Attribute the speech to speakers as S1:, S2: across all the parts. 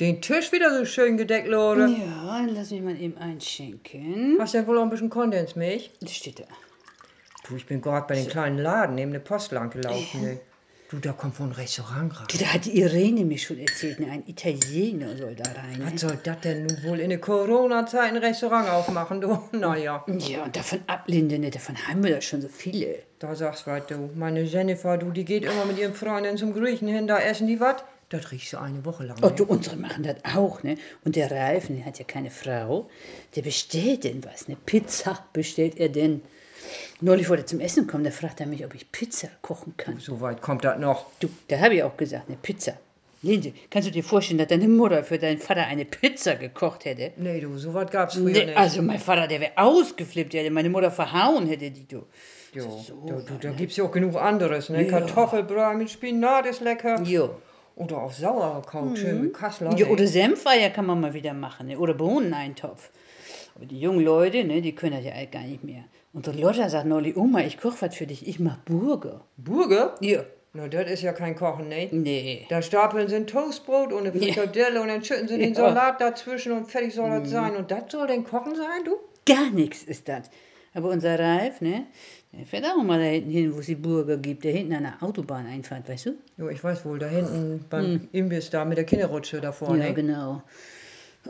S1: Den Tisch wieder so schön gedeckt, Leute.
S2: Ja, dann lass mich mal eben einschenken.
S1: Hast denn wohl auch ein bisschen Kondensmilch?
S2: Das steht da.
S1: Du, ich bin gerade bei dem kleinen Laden neben der Post lang gelaufen. ey. Du, da kommt wohl ein Restaurant rein.
S2: Du, Da hat die Irene mir schon erzählt, ne? ein Italiener soll da rein. Ne?
S1: Was soll das denn nun wohl in der Corona-Zeit ein Restaurant aufmachen, du? Naja,
S2: Ja, und davon ablehnen, ne? davon haben wir da schon so viele.
S1: da sagst was, du. Meine Jennifer, du, die geht immer mit ihren Freunden zum Griechen hin, da essen die was. Das riechst du eine Woche lang. ne?
S2: Oh,
S1: ey.
S2: du, unsere machen das auch, ne? Und der Reifen, der hat ja keine Frau, der bestellt denn was, ne? Pizza bestellt er denn. Neulich wollte er zum Essen kommen, da fragt er mich, ob ich Pizza kochen kann.
S1: So weit kommt das noch.
S2: Du, da habe ich auch gesagt, ne? Pizza. Linse, kannst du dir vorstellen, dass deine Mutter für deinen Vater eine Pizza gekocht hätte?
S1: Nee, Ne, du, so was gab's früher
S2: Nee,
S1: nicht.
S2: also mein Vater, der wäre ausgeflippt, der hätte meine Mutter verhauen, hätte die du.
S1: jo,
S2: so
S1: du, du, da gibt's ja auch genug anderes, ne? Kartoffelbrei mit Spinat ist lecker.
S2: Jo.
S1: Oder auch Sauerkraut, schön mit Kassler.
S2: Mhm. Ja, oder Senfeier kann man mal wieder machen, ne? oder Bohneneintopf. Aber die jungen Leute, ne, die können das ja all gar nicht mehr. Und der Lotta sagt neulich, Oma, ich koche was für dich, ich mach Burger.
S1: Burger?
S2: Ja.
S1: Na, das ist ja kein Kochen, ne?
S2: Mhm. Nee.
S1: Da stapeln sie ein Toastbrot und eine Frikadelle und dann schütten sie den
S2: Ja. Mhm.
S1: Salat dazwischen und fertig soll das sein. Und das soll denn Kochen sein, du?
S2: Gar nichts ist das. Aber unser Ralf, ne, der fährt auch mal da hinten hin, wo es die Burger gibt, da hinten an der Autobahneinfahrt, weißt du?
S1: Jo, ich weiß wohl, da hinten beim Imbiss da mit der Kinderrutsche da vorne.
S2: Mhm. Ja, genau.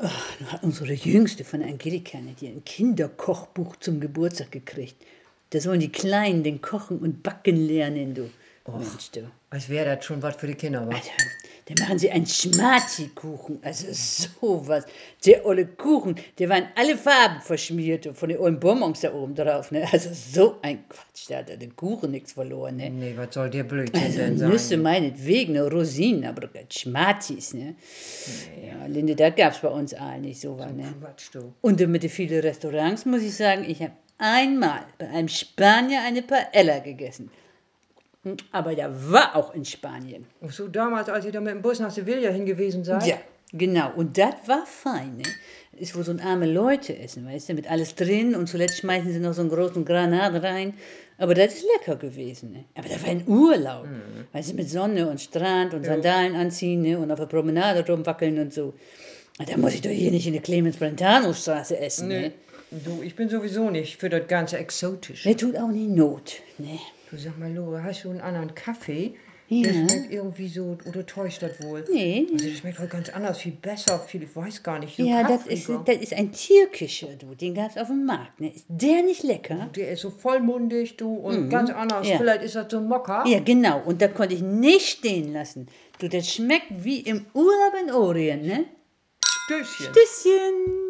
S2: Ach, nun hat unsere Jüngste von Angelika ne, die hat ein Kinderkochbuch zum Geburtstag gekriegt. Da sollen die Kleinen den Kochen und Backen lernen, du. Mensch, du.
S1: Als wäre das schon was für die Kinder, was?
S2: Alter, da machen sie einen Schmarti-Kuchen. Also sowas. Der olle Kuchen, der war in alle Farben verschmiert und von den ollen Bonbons da oben drauf. Ne? Also so ein Quatsch, da hat er den Kuchen nichts verloren. Ne?
S1: Nee, was soll der Blödsinn
S2: Also
S1: denn sein?
S2: Nüsse meinetwegen, ne? Rosinen, aber doch Schmartis, ne? Ja, Linde, da gab's bei uns allen nicht so was, ne?
S1: Quatsch, du.
S2: Und mit den vielen Restaurants muss ich sagen, ich habe einmal bei einem Spanier eine Paella gegessen. Hm, Aber da war auch in Spanien.
S1: Ach so, damals, als ihr da mit dem Bus nach Sevilla hingewiesen seid?
S2: Ja, genau. Und das war fein, ne? Ist wo so ein arme Leute essen, weißt du, mit alles drin und zuletzt schmeißen sie noch so einen großen Granat rein. Aber das ist lecker gewesen, ne? Aber da war ein Urlaub, weißt du, mit Sonne und Strand und Sandalen anziehen, ne? Und auf der Promenade rumwackeln und so. Und Da muss ich doch hier nicht in der Clemens-Brentano-Straße essen, ne?
S1: Du, ich bin sowieso nicht für das ganze Exotische.
S2: Mir tut auch nie Not, ne?
S1: Du sag mal, Lore, hast du einen anderen Kaffee?
S2: Ja.
S1: Der schmeckt irgendwie so, oder täuscht das wohl?
S2: Nee.
S1: Also der schmeckt wohl ganz anders, viel besser, viel, ich weiß gar nicht. So
S2: Ja, das ist,
S1: kraftiger.
S2: das ist ein Türkischer, du. Den gab's auf dem Markt, ne? Ist der nicht lecker?
S1: Der ist so vollmundig, du, und ganz anders.
S2: Mhm. Ja.
S1: Vielleicht ist das so ein Mokka.
S2: Ja, genau. Und da konnte ich nicht stehen lassen. Du, das schmeckt wie im Urlaub in Orient, ne?
S1: Stößchen.
S2: Bisschen.